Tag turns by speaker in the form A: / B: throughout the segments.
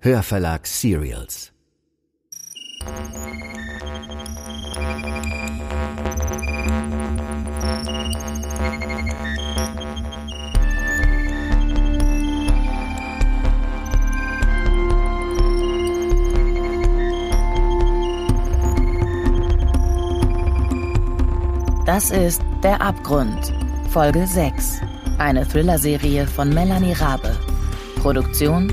A: Hörverlag Serials.
B: Das ist Der Abgrund, Folge 6. Eine Thriller-Serie von Melanie Rabe. Produktion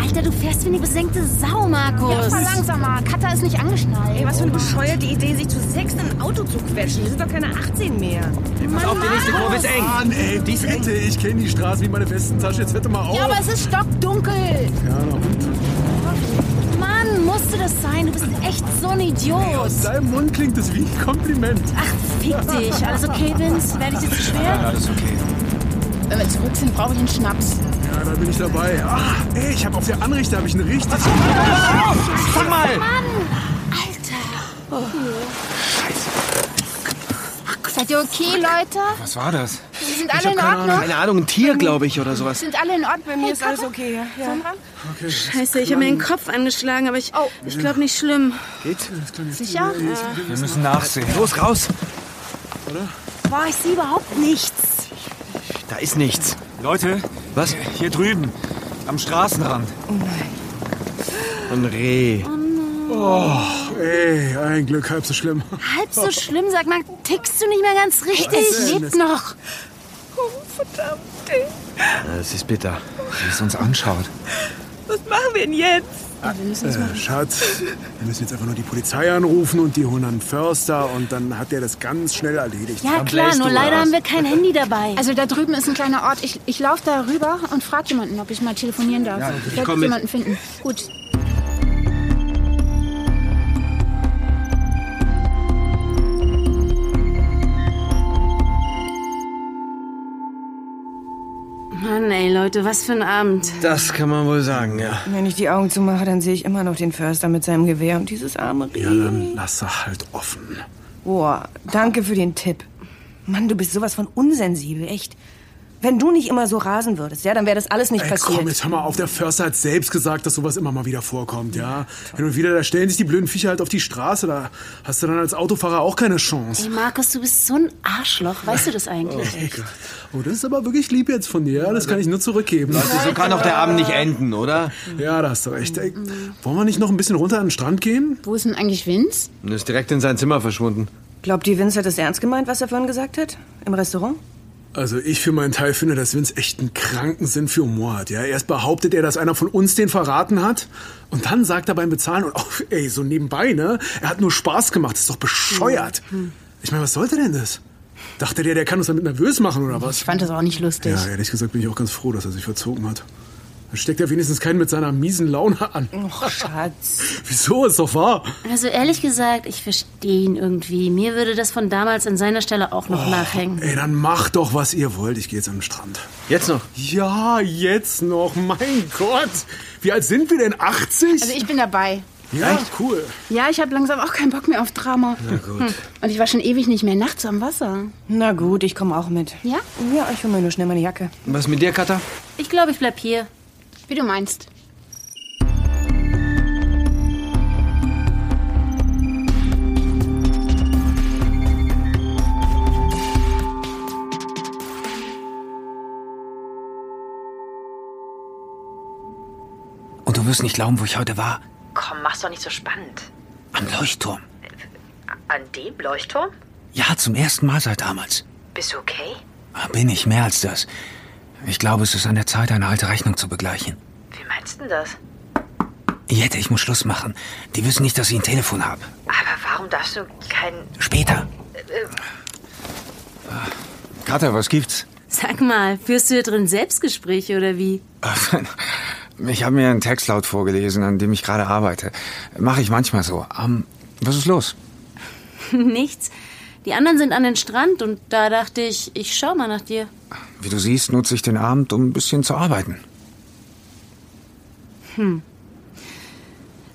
C: Alter, du fährst wie eine besenkte Sau, Markus.
D: Ja, fahr langsamer.
C: Katha ist nicht angeschnallt.
D: Ey, was für eine bescheuerte Idee, sich zu sechs in ein Auto zu quetschen. Wir sind doch keine 18 mehr.
E: Pass auf, die nächste Kurve ist eng.
F: Mann, ey,
E: Die ist eng.
F: Ah, bitte, ich kenne die Straße wie meine Westentasche. Jetzt hätte mal auf.
D: Ja, aber es ist stockdunkel.
C: Mann, musste das sein? Du bist echt so ein Idiot.
F: Aus deinem Mund klingt es wie ein Kompliment.
C: Ach, fick dich. Alles okay, Vince? Werde ich jetzt schwer?
E: Alles okay.
D: Wenn wir zurück sind, brauche ich einen Schnaps.
F: Ja, da bin ich dabei. Ah, ey, ich habe auf der Anrichte habe ich eine richtig.
E: Fang mal!
C: Seid ihr okay, Leute?
E: Was war das?
D: Wir sind
E: Ich
D: alle
E: hab
D: in
E: keine Ahnung.
D: Ordnung.
E: Keine Ahnung, ein Tier, glaube ich, oder sowas.
D: Sind alle in Ordnung. Bei mir ist alles okay. Ja. Sandra?
G: Scheiße, ich habe mir den Kopf angeschlagen, aber ich, ich glaube nicht schlimm.
E: Geht's?
D: Sicher?
E: Wir müssen nachsehen. Los, raus!
D: Boah, ich sehe überhaupt nichts.
E: Da ist nichts. Leute, was? Hier drüben, am Straßenrand. Ein Reh.
F: Ey, ein Glück, halb so schlimm.
C: Halb so schlimm, sag mal, tickst du nicht mehr ganz richtig? Lebt noch.
E: Das Äh, ist bitter, wie es uns anschaut.
F: Äh, Schatz, wir müssen jetzt einfach nur die Polizei anrufen und die holen einen Förster und dann hat der das ganz schnell erledigt.
C: Ja, klar,
E: bläst
C: nur
E: du
C: leider
E: aus.
C: haben wir kein Handy dabei.
G: Also da drüben ist ein kleiner Ort. Ich, ich laufe da rüber und frage jemanden, ob ich mal telefonieren darf.
E: Ja, ich
G: Vielleicht
E: komm
G: wird
E: mit.
G: jemanden finden. Gut.
C: Mann, ey, Leute, was für ein Abend.
E: Das kann man wohl sagen, ja.
D: Wenn ich die Augen zumache, dann sehe ich immer noch den Förster mit seinem Gewehr und dieses arme
F: Ja,
D: Reh.
F: dann lass er halt offen.
D: Boah, danke für den Tipp. Mann, du bist sowas von unsensibel, echt. Wenn du nicht immer so rasen würdest, ja, dann wäre das alles nicht
F: Ey,
D: passiert.
F: komm, jetzt hör mal auf. Der Förster hat selbst gesagt, dass sowas immer mal wieder vorkommt, ja. Hin und wieder, da stellen sich die blöden Viecher halt auf die Straße. Da hast du dann als Autofahrer auch keine Chance.
C: Ey, Markus, du bist so ein Arschloch. Weißt du das eigentlich?
F: Oh, das ist aber wirklich lieb jetzt von dir. Ja, das kann ich nur zurückgeben.
E: So kann doch der Abend nicht enden, oder?
F: Ja, da hast du recht. Ey, wollen wir nicht noch ein bisschen runter an den Strand gehen?
G: Wo ist denn eigentlich Vince?
E: Und ist direkt in sein Zimmer verschwunden.
D: Glaubt ihr, Vince hat das ernst gemeint, was er vorhin gesagt hat? Im Restaurant?
F: Also ich für meinen Teil finde, dass Vince echt einen kranken Sinn für Humor hat. Ja, erst behauptet er, dass einer von uns den verraten hat und dann sagt er beim Bezahlen und auch, ey, so nebenbei, ne? Er hat nur Spaß gemacht. Das ist doch bescheuert.
G: Mhm.
F: Ich meine, was sollte denn das? Dachte der, der kann uns damit nervös machen oder was?
G: Ich fand das auch nicht lustig.
F: Ja, ehrlich gesagt bin ich auch ganz froh, dass er sich verzogen hat. Dann steckt er wenigstens keinen mit seiner miesen Laune an.
G: Mhm.
D: Och, Schatz.
F: Wieso? Ist doch wahr.
C: Also ehrlich gesagt, ich verstehe ihn irgendwie. Mir würde das von damals an seiner Stelle auch noch nachhängen.
F: Ey, dann mach doch, was ihr wollt. Ich gehe jetzt an den Strand.
E: Jetzt noch.
F: Ja, jetzt noch. Mein Gott. Wie alt sind wir denn? 80?
G: Also ich bin dabei.
F: ja, cool.
G: Ja, ich habe langsam auch keinen Bock mehr auf Drama. Na gut. Und ich war schon ewig nicht mehr nachts am Wasser.
D: Na gut, ich komme auch mit.
G: Ja?
D: Ja, ich hole mir nur schnell meine Jacke.
E: Was mit dir, Katha?
C: Ich glaube, ich bleib hier.
G: Wie du meinst.
H: Und du wirst nicht glauben, wo ich heute war.
I: Komm, mach's doch nicht so spannend.
H: Am Leuchtturm.
I: Äh, An dem Leuchtturm?
H: Ja, zum ersten Mal seit damals.
I: Bist du okay?
H: Ah, Bin ich mehr als das. Ich glaube, es ist an der Zeit, eine alte Rechnung zu begleichen.
I: Wie meinst du denn das?
H: Jette, ich muss Schluss machen. Die wissen nicht, dass ich ein Telefon habe.
I: Aber warum darfst du kein... Äh,
H: Später. Kater, Ah, was gibt's?
C: Sag mal, führst du hier drin Selbstgespräche oder wie?
H: Ich habe mir einen Text laut vorgelesen, an dem ich gerade arbeite. Mache ich manchmal so. Ähm, was ist los?
C: Nichts. Die anderen sind an den Strand und da dachte ich, ich schau mal nach dir.
H: Wie du siehst, nutze ich den Abend, um ein bisschen zu arbeiten.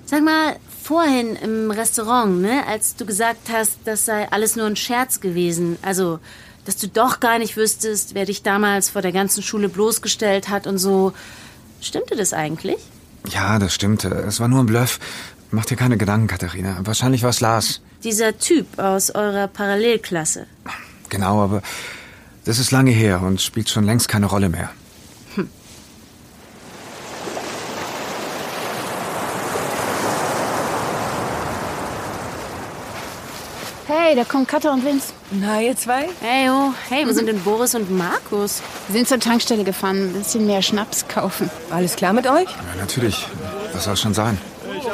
C: Sag mal, vorhin im Restaurant, ne, als du gesagt hast, das sei alles nur ein Scherz gewesen, also, dass du doch gar nicht wüsstest, wer dich damals vor der ganzen Schule bloßgestellt hat und so. Stimmte das eigentlich?
H: Ja, das stimmte. Es war nur ein Bluff. Mach dir keine Gedanken, Katharina. Wahrscheinlich war es Lars.
C: Dieser Typ aus eurer Parallelklasse.
H: Genau, aber das ist lange her und spielt schon längst keine Rolle mehr.
G: Hey, da kommen Katja und Vince.
D: Na, ihr zwei?
C: Hey, oh, hey, wo sind denn Boris und Markus?
G: Wir sind zur Tankstelle gefahren, ein bisschen mehr Schnaps kaufen.
D: Alles klar mit euch?
H: Ja, natürlich. Was soll schon sein?
G: Äh,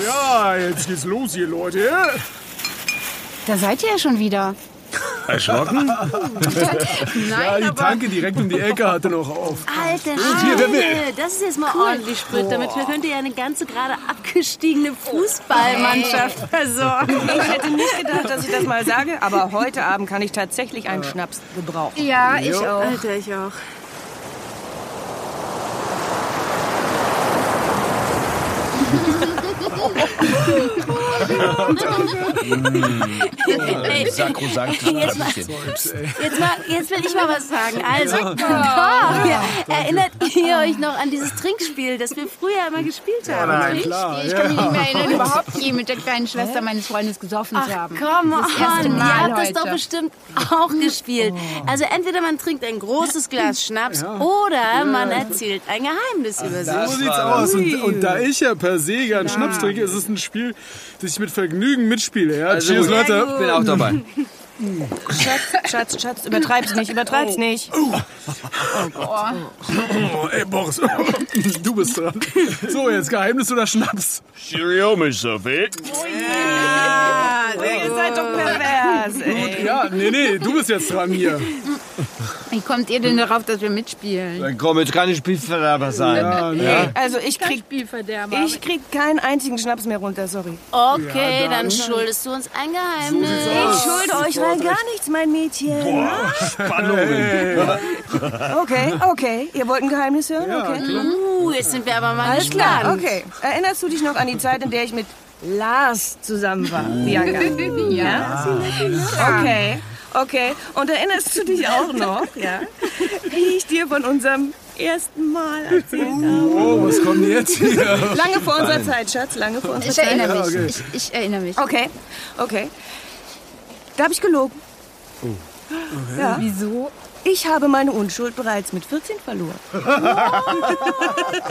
F: Ja, jetzt geht's los hier, Leute.
G: Da seid ihr ja schon wieder.
E: Erschrocken?
G: Nein,
F: Die Tanke direkt um die Ecke hatte noch auf.
C: Alter Schwede, das ist jetzt mal ordentlich Sprit. Damit könnt ihr ja eine ganze gerade abgestiegene Fußballmannschaft versorgen.
D: Ich hätte nicht gedacht, dass ich das mal sage, aber heute Abend kann ich tatsächlich einen Schnaps gebrauchen.
G: Ja, ich auch.
C: Alter, ich auch. Ey,
E: Sakrosankt.
C: jetzt, mal, jetzt, mal, jetzt will ich mal was sagen. Also, ja. erinnert ihr euch noch an dieses Trinkspiel, das wir früher immer gespielt haben?
F: Nein,
E: Ah,
F: klar.
G: Ich kann mich nicht mehr erinnern, überhaupt je mit der kleinen Schwester meines Freundes gesoffen zu haben.
C: Come on,
G: erste
C: ihr
G: Mal
C: habt das
G: heute.
C: doch bestimmt auch gespielt. Also entweder man trinkt ein großes Glas Schnaps oder man erzählt ein Geheimnis über
F: So
C: sich.
F: sieht's aus. Und, und da ich ja per se gern Schnaps trinke, ist es ein Spiel, das ich mit Vergnügen mitspiele. Ja,
E: Also
F: Cheers,
E: gut,
F: Leute.
E: ich bin auch dabei.
D: Schatz, Schatz, Schatz, übertreib's nicht, übertreib's nicht.
F: Oh, ey, Boris, du bist dran. So, jetzt Geheimnis oder Schnaps?
J: Cheerio, Miss Sophie.
D: Ihr seid doch pervers, ey.
G: Äh.
F: Ja, nee, nee, du bist jetzt dran hier.
G: Wie kommt ihr denn darauf, dass wir mitspielen?
E: Dann komm, jetzt kann ich Spielverderber sein.
I: Ne,
D: Also ich krieg,
G: Spielverderber.
D: ich krieg keinen einzigen Schnaps mehr runter, sorry.
C: Okay, dann schuldest du uns ein Geheimnis.
D: Ich schulde euch rein gar nichts, mein Mädchen. Spannung. Okay, okay. Ihr wollt ein Geheimnis hören? Okay.
C: Uh, jetzt sind wir aber mal
D: Alles
C: gespannt.
D: klar, okay. Erinnerst du dich noch an die Zeit, in der ich mit Lars zusammen war, Bianca?
G: Ja.
D: Okay, okay. Und erinnerst du dich auch noch, ja, wie ich dir von unserem ersten Mal erzählt habe?
F: Oh, was kommt denn jetzt hier?
D: Lange vor unserer Zeit, Schatz, lange vor unserer
G: Ich
D: Zeit.
G: erinnere mich. Ich, ich erinnere mich.
D: Okay, okay. Da habe ich gelogen. Oh. Ja.
G: Wieso?
D: Ich habe meine Unschuld bereits mit 14 verloren.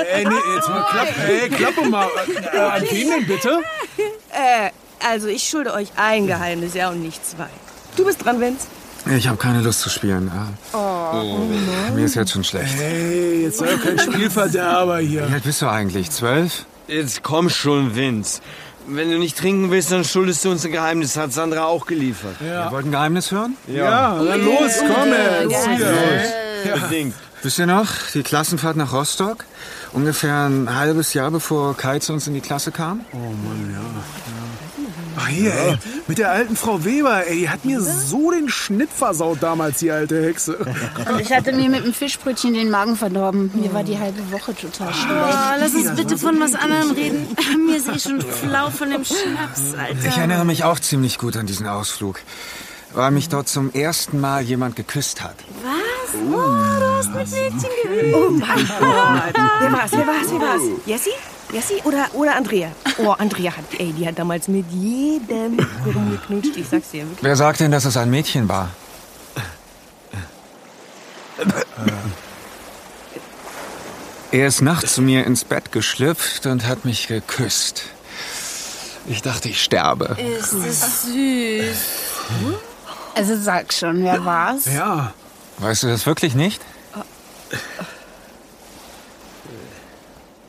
F: Ey, Äh, nee, jetzt mal klapp, ey, klappe mal. Äh, an wen denn bitte?
D: Äh, also ich schulde euch ein Geheimnis, ja, und nicht zwei. Du bist dran, Vince.
H: Ich habe keine Lust zu spielen. Oh, Mir ist jetzt schon schlecht.
F: Ey, jetzt sei doch kein Spielverderber
H: Wie
F: hier.
H: alt bist du eigentlich? Zwölf?
E: Jetzt komm schon, Vince. Wenn du nicht trinken willst, dann schuldest du uns ein Geheimnis. Hat Sandra auch geliefert.
H: Ihr wollt ein Geheimnis hören?
F: Ja, dann los, komm jetzt. Hier.
E: Unbedingt.
H: Wisst ihr noch, die Klassenfahrt nach Rostock? Ungefähr ein halbes Jahr, bevor Kai zu uns in die Klasse kam?
F: Ach hier, ey, mit der alten Frau Weber, ey, die hat mir so den Schnitt versaut damals, die alte Hexe.
G: Und ich hatte mir mit dem Fischbrötchen den Magen verdorben. Mir war die halbe Woche total schlecht.
C: Oh, lass uns bitte von was anderem reden. Mir ist eh schon flau von dem Schnaps, Alter.
H: Ich erinnere mich auch ziemlich gut an diesen Ausflug, weil mich dort zum ersten Mal jemand geküsst hat.
C: Was? Oh, du hast mit Mädchen geübt.
D: Oh mein Gott. Oh. Wer war's, wer war's, wer war's? Jessie? Jessie oder, oder Andrea? Oh, Andrea hat, ey, die hat damals mit jedem rumgeknutscht, ich sag's dir. wirklich.
H: Wer sagt denn, dass es ein Mädchen war? Er ist nachts zu mir ins Bett geschlüpft und hat mich geküsst. Ich dachte, ich sterbe.
C: Ist das süß.
G: Also sag schon, wer war's?
F: Ja,
H: Weißt du das wirklich nicht?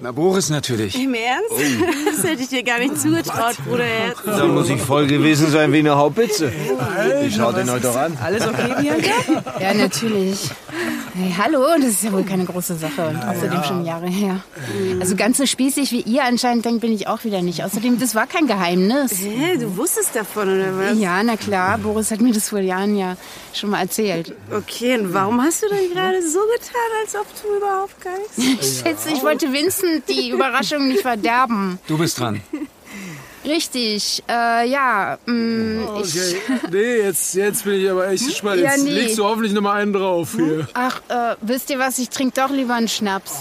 H: Na, Boris natürlich.
K: Im Ernst?
I: Oh.
K: Das hätte ich dir gar nicht zugetraut, Bruder. Herz.
E: Da muss ich voll gewesen sein wie eine Haubitze. Ich schau den
K: was
E: heute doch an.
K: Alles okay, Bianca?
G: Ja, natürlich. Hey, hallo, das ist ja wohl keine große Sache und außerdem schon Jahre her. Also ganz so spießig wie ihr anscheinend denkt, bin ich auch wieder nicht. Außerdem, das war kein Geheimnis.
K: Hä, du wusstest davon oder was?
G: Ja, na klar, Boris hat mir das vor Jahren ja schon mal erzählt.
K: Okay, und warum hast du denn gerade so getan, als ob du überhaupt gar nichts...
G: Schätz, ich wollte Vincent die Überraschung nicht verderben.
H: Du bist dran.
G: Richtig, äh, ja, mm, ich...
F: Okay. Nee, jetzt, jetzt bin ich aber echt gespannt.
G: Ja,
F: Jetzt
G: nee.
F: legst du hoffentlich nochmal einen drauf hier.
G: Ach, äh, wisst ihr was, ich trinke doch lieber einen Schnaps.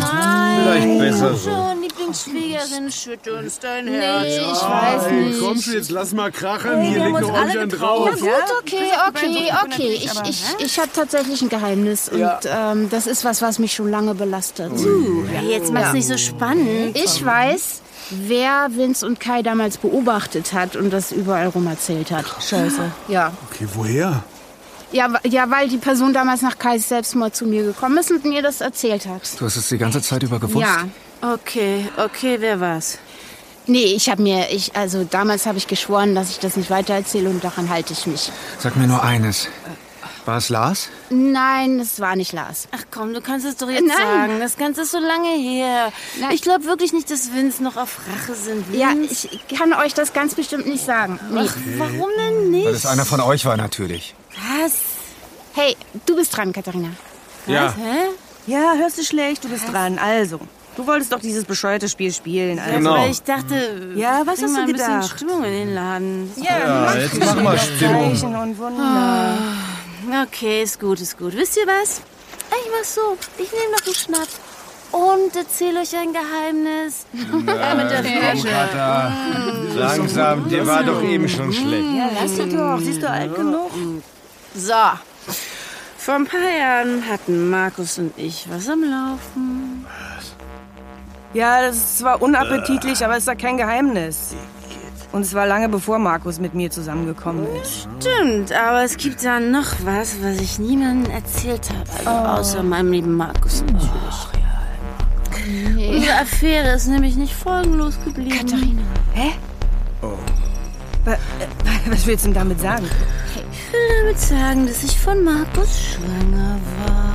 E: Vielleicht besser so.
K: Schon, Lieblingsschwiegerin, schütte uns dein
G: Nee, ich
K: Herz.
G: weiß
F: Hey,
G: nicht.
F: komm schon, jetzt lass mal krachen.
K: wir
F: Hier
K: haben
F: legt
K: uns
F: noch
K: alle
F: ordentlich einen
K: getraut.
F: drauf.
K: Ja,
G: Gut, okay, okay,
K: beeindruckend
G: okay.
K: natürlich,
G: Ich,
K: aber,
G: ich,
K: hä?
G: ich habe tatsächlich ein Geheimnis und ähm, das ist was, was mich schon lange belastet. Hm.
C: Ja, jetzt mach's nicht so spannend.
G: Ich weiß, wer Vince und Kai damals beobachtet hat und das überall rum erzählt hat. Scheiße. Ja.
F: Okay, woher?
G: Ja, wa- ja, weil die Person damals nach Kais Selbstmord zu mir gekommen ist und mir das erzählt hat.
H: Du hast es die ganze Zeit über gewusst.
G: Ja.
K: Okay, okay, wer war's?
G: Nee, ich habe mir, ich, also damals habe ich geschworen, dass ich das nicht weitererzähle und daran halte ich mich.
H: Sag mir nur eines. War es Lars?
G: Nein, das war nicht Lars.
C: Ach komm, du kannst es doch jetzt
G: Nein.
C: sagen. Das Ganze ist so lange her.
G: Nein. Äh.
C: Ich glaube wirklich nicht, dass Vince noch auf Rache sind.
G: Ja,
C: Vince?
G: ich kann euch das ganz bestimmt nicht sagen. Nee.
C: Warum denn
H: Weil
C: nicht?
H: es einer von euch war natürlich.
C: Was?
G: Hey, du bist dran, Katharina.
E: Ja,
C: Hä?
D: Ja, hörst du schlecht, du bist dran. Also, du wolltest doch dieses bescheuerte Spiel spielen. Also.
E: Genau.
C: Weil ich dachte,
D: Ja, was
C: bring mal
D: hast du
C: ein bisschen
D: gedacht?
C: Stimmung in den Laden.
E: ja jetzt mach mal Stimmung.
D: Zeichen und Wunder.
C: Okay, ist gut, ist gut. Wisst ihr was? Ich mach's so. Ich nehme noch einen Schnaps und erzähle euch ein Geheimnis. Ja, mit der Flasche.
E: Langsam, dir war doch eben schon schlecht.
D: Ja, lass sie doch. Siehst Ah, du alt genug?
C: So. Vor ein paar Jahren hatten Markus und ich was am Laufen.
D: Ja, das ist zwar unappetitlich, aber es ist ja kein Geheimnis. Und es war lange bevor Markus mit mir zusammengekommen ist.
C: Stimmt, aber es gibt da noch was, was ich niemandem erzählt habe. Also außer meinem lieben Markus natürlich. Unsere Affäre ist nämlich nicht folgenlos geblieben. Katharina.
D: Wa- äh, Was willst du denn damit sagen?
C: Ich will damit sagen, dass ich von Markus schwanger war.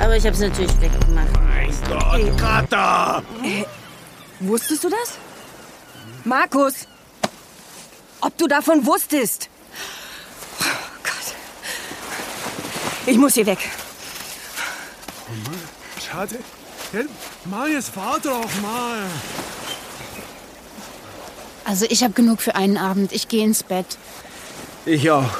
C: Aber ich habe es natürlich weggemacht.
D: Wusstest du das? Markus! Ob du davon wusstest? Oh Gott. Ich muss hier weg.
F: Schade. Ja, Mann, jetzt fahr doch mal.
G: Also ich habe genug für einen Abend. Ich gehe ins Bett.
E: Ich auch.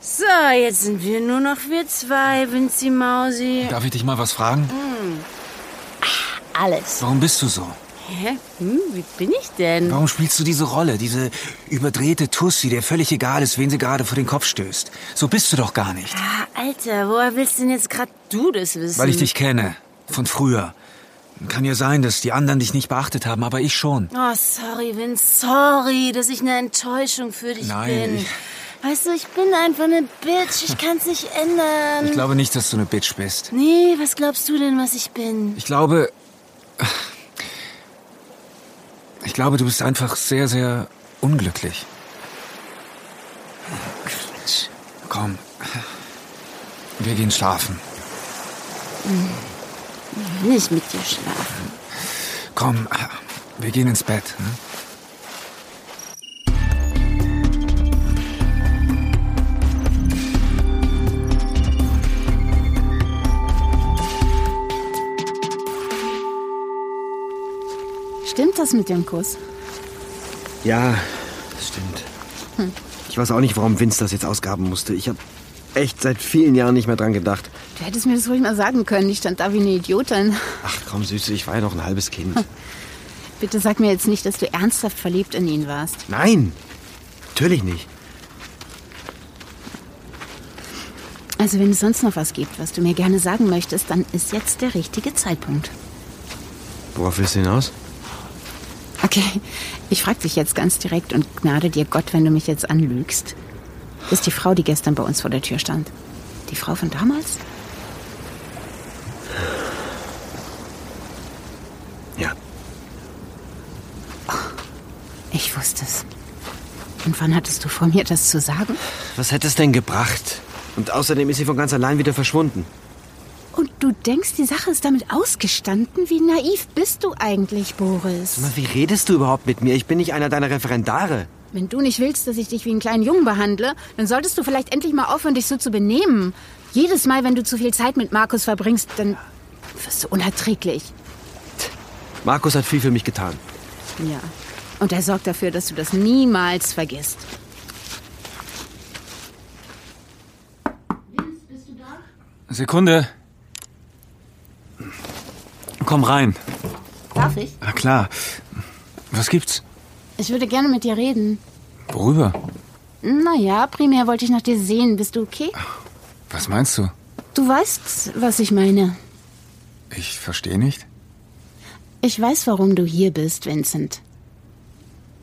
C: So, jetzt sind wir nur noch wir zwei, Vinzi Mausi.
H: Darf ich dich mal was fragen?
C: Alles.
H: Warum bist du so?
C: Hä? Hm, wie bin ich
K: Mm.
C: denn?
H: Warum spielst du diese Rolle? Diese überdrehte Tussi, der völlig egal ist, wen sie gerade vor den Kopf stößt. So bist du doch gar nicht.
C: Ah, Alter, woher willst denn jetzt gerade du das wissen?
H: Weil ich dich kenne. Von früher. Kann ja sein, dass die anderen dich nicht beachtet haben, aber ich schon.
C: Oh, sorry, Vince. Sorry, dass ich eine Enttäuschung für dich
H: Nein,
C: bin.
H: ich-
C: Weißt du, ich bin einfach eine Bitch. Ich kann's nicht ändern.
H: Ich glaube nicht, dass du eine Bitch bist.
C: nee, was glaubst du denn, was ich bin?
H: Ich glaube. Ich glaube, du bist einfach sehr, sehr unglücklich. Quatsch. Komm. Wir gehen schlafen.
C: Ich will nicht mit dir schlafen.
H: Komm, wir gehen ins Bett. Ne?
G: Stimmt das mit dem Kuss?
E: Ja, das stimmt. Ich weiß auch nicht, warum Vince das jetzt ausgaben musste. Ich habe echt seit vielen Jahren nicht mehr dran gedacht.
G: Du hättest mir das ruhig mal sagen können. Ich stand da wie eine Idiotin.
E: Ach komm, Süße, ich war ja noch ein halbes Kind.
G: Bitte sag mir jetzt nicht, dass du ernsthaft verliebt in ihn warst.
E: Nein, natürlich nicht.
G: Also wenn es sonst noch was gibt, was du mir gerne sagen möchtest, dann ist jetzt der richtige Zeitpunkt.
E: Worauf willst du hinaus?
G: Okay, ich frag dich jetzt ganz direkt und gnade dir Gott, wenn du mich jetzt anlügst. Das ist die Frau, die gestern bei uns vor der Tür stand. Die Frau von damals?
E: Ja.
G: Ich wusste es. Und wann hattest du vor mir das zu sagen?
E: Was hätte es denn gebracht? Und außerdem ist sie von ganz allein wieder verschwunden.
G: Und du denkst, die Sache ist damit ausgestanden? Wie naiv bist du eigentlich, Boris?
E: Sag mal, wie redest du überhaupt mit mir? Ich bin nicht einer deiner Referendare.
G: Wenn du nicht willst, dass ich dich wie einen kleinen Jungen behandle, dann solltest du vielleicht endlich mal aufhören, dich so zu benehmen. Jedes Mal, wenn du zu viel Zeit mit Markus verbringst, dann wirst du unerträglich.
E: Markus hat viel für mich getan.
G: Ja. Und er sorgt dafür, dass du das niemals vergisst.
H: Sekunde. Komm rein.
G: Darf ich?
H: Na klar. Was gibt's?
G: Ich würde gerne mit dir reden.
H: Worüber?
G: Naja, primär wollte ich nach dir sehen. Bist du okay?
H: Was meinst du?
G: Du weißt, was ich meine.
H: Ich verstehe nicht.
G: Ich weiß, warum du hier bist, Vincent.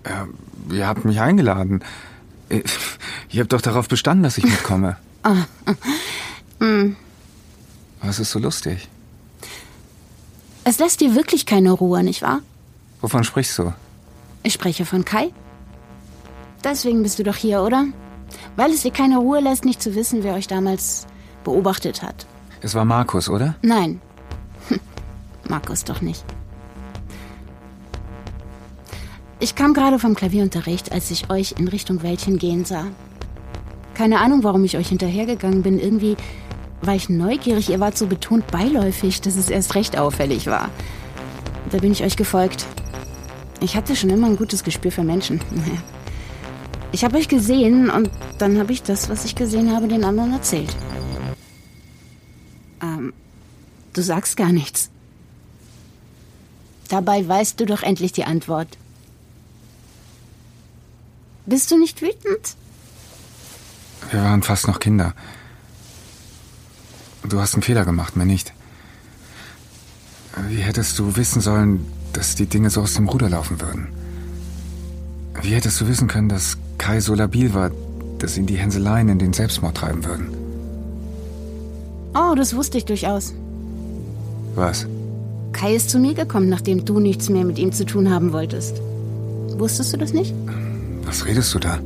H: Äh, ihr habt mich eingeladen. Äh, Ihr habt doch darauf bestanden, dass ich mitkomme.
G: Ah, hm.
H: Was ist so lustig?
G: Es lässt dir wirklich keine Ruhe, nicht wahr?
H: Wovon sprichst du?
G: Ich spreche von Kai. Deswegen bist du doch hier, oder? Weil es dir keine Ruhe lässt, nicht zu wissen, wer euch damals beobachtet hat.
H: Es war Markus, oder?
G: Nein. Hm, Markus doch nicht. Ich kam gerade vom Klavierunterricht, als ich euch in Richtung Wäldchen gehen sah. Keine Ahnung, warum ich euch hinterhergegangen bin. Irgendwie war ich neugierig. Ihr wart so betont beiläufig, dass es erst recht auffällig war. Da bin ich euch gefolgt. Ich hatte schon immer ein gutes Gespür für Menschen. Naja. Ich habe euch gesehen und dann habe ich das, was ich gesehen habe, den anderen erzählt. Ähm, du sagst gar nichts. Dabei weißt du doch endlich die Antwort. Bist du nicht wütend?
H: Wir waren fast noch Kinder. Du hast einen Fehler gemacht, mir nicht. Wie hättest du wissen sollen, dass die Dinge so aus dem Ruder laufen würden? Wie hättest du wissen können, dass Kai so labil war, dass ihn die Hänseleien in den Selbstmord treiben würden?
G: Oh, das wusste ich durchaus.
H: Was?
G: Kai ist zu mir gekommen, nachdem du nichts mehr mit ihm zu tun haben wolltest. Wusstest du das nicht?
H: Was redest du da?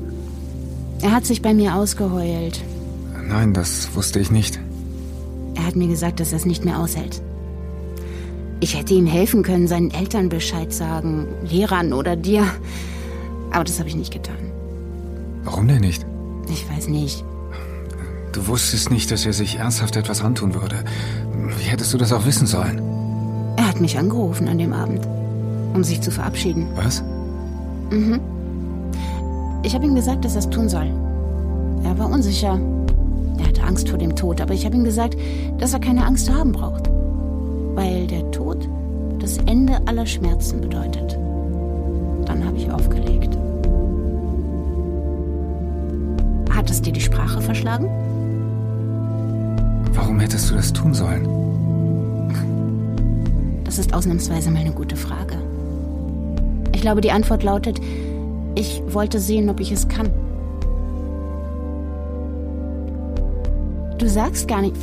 G: Er hat sich bei mir ausgeheult.
H: Nein, das wusste ich nicht.
G: Er hat mir gesagt, dass er es nicht mehr aushält. Ich hätte ihm helfen können, seinen Eltern Bescheid sagen, Lehrern oder dir. Aber das habe ich nicht getan.
H: Warum denn nicht?
G: Ich weiß nicht.
H: Du wusstest nicht, dass er sich ernsthaft etwas antun würde. Wie hättest du das auch wissen sollen?
G: Er hat mich angerufen an dem Abend, um sich zu verabschieden.
H: Was?
G: Mhm. Ich habe ihm gesagt, dass er es tun soll. Er war unsicher. Er hatte Angst vor dem Tod, aber ich habe ihm gesagt, dass er keine Angst zu haben braucht. Weil der Tod das Ende aller Schmerzen bedeutet. Dann habe ich aufgelegt. Hat es dir die Sprache verschlagen?
H: Warum hättest du das tun sollen?
G: Das ist ausnahmsweise mal eine gute Frage. Ich glaube, die Antwort lautet, ich wollte sehen, ob ich es kann. Du sagst gar nicht.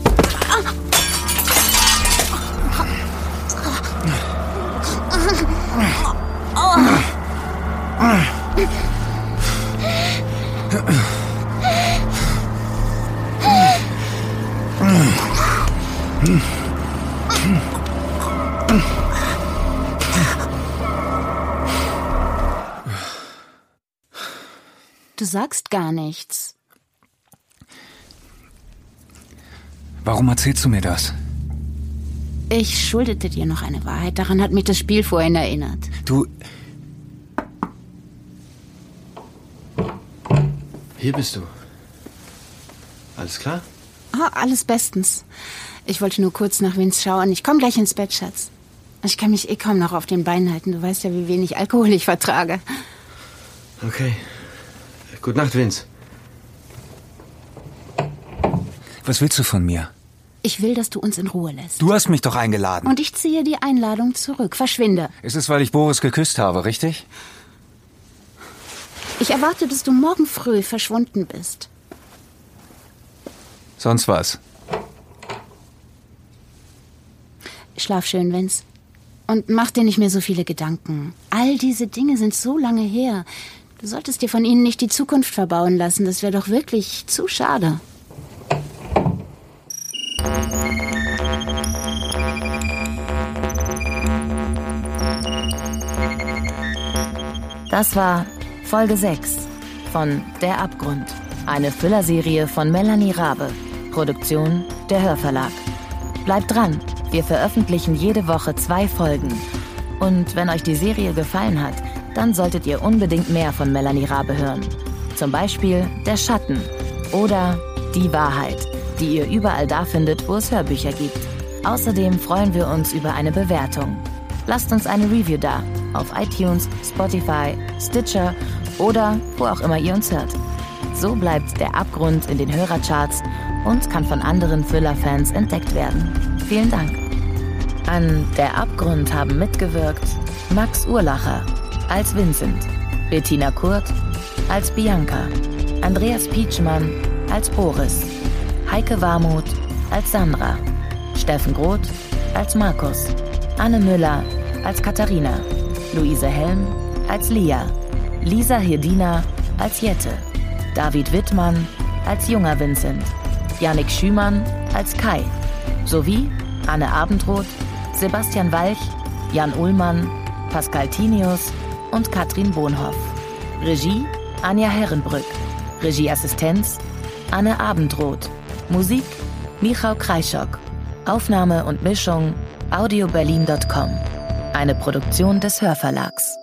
G: Du sagst gar nichts.
H: Warum erzählst du mir das?
G: Ich schuldete dir noch eine Wahrheit. Daran hat mich das Spiel vorhin erinnert.
H: Du.
E: Hier bist du. Alles klar?
G: Ah, alles bestens. Ich wollte nur kurz nach Vince schauen. Ich komme gleich ins Bett, Schatz. Ich kann mich eh kaum noch auf den Beinen halten. Du weißt ja, wie wenig Alkohol ich vertrage.
E: Okay. Gute Nacht, Vince.
H: Was willst du von mir?
G: Ich will, dass du uns in Ruhe lässt.
H: Du hast mich doch eingeladen.
G: Und ich ziehe die Einladung zurück. Verschwinde.
H: Es ist, weil ich Boris geküsst habe, richtig?
G: Ich erwarte, dass du morgen früh verschwunden bist.
H: Sonst was.
G: Schlaf schön, Vince. Und mach dir nicht mehr so viele Gedanken. All diese Dinge sind so lange her. Du solltest dir von ihnen nicht die Zukunft verbauen lassen. Das wäre doch wirklich zu schade.
B: Das war Folge 6 von Der Abgrund. Eine Füllerserie von Melanie Rabe. Produktion der Hörverlag. Bleibt dran, wir veröffentlichen jede Woche zwei Folgen. Und wenn euch die Serie gefallen hat, dann solltet ihr unbedingt mehr von Melanie Rabe hören. Zum Beispiel Der Schatten oder Die Wahrheit, die ihr überall da findet, wo es Hörbücher gibt. Außerdem freuen wir uns über eine Bewertung. Lasst uns eine Review da auf iTunes, Spotify, Stitcher oder wo auch immer ihr uns hört. So bleibt der Abgrund in den Hörercharts und kann von anderen Thriller-Fans entdeckt werden. Vielen Dank. An Der Abgrund haben mitgewirkt Max Urlacher als Vincent, Bettina Kurt als Bianca, Andreas Pietschmann als Boris, Heike Warmuth als Sandra, Steffen Groth als Markus, Anne Müller als Katharina, Luise Helm als Lia, Lisa Hirdina als Jette, David Wittmann als junger Vincent, Yannick Schümann als Kai, sowie Anne Abendroth, Sebastian Walch, Jan Ullmann, Pascal Tinius und Katrin Bohnhoff. Regie Anja Herrenbrück. Regieassistenz Anne Abendroth. Musik Michał Kreischock. Aufnahme und Mischung audioberlin.com. Eine Produktion des Hörverlags.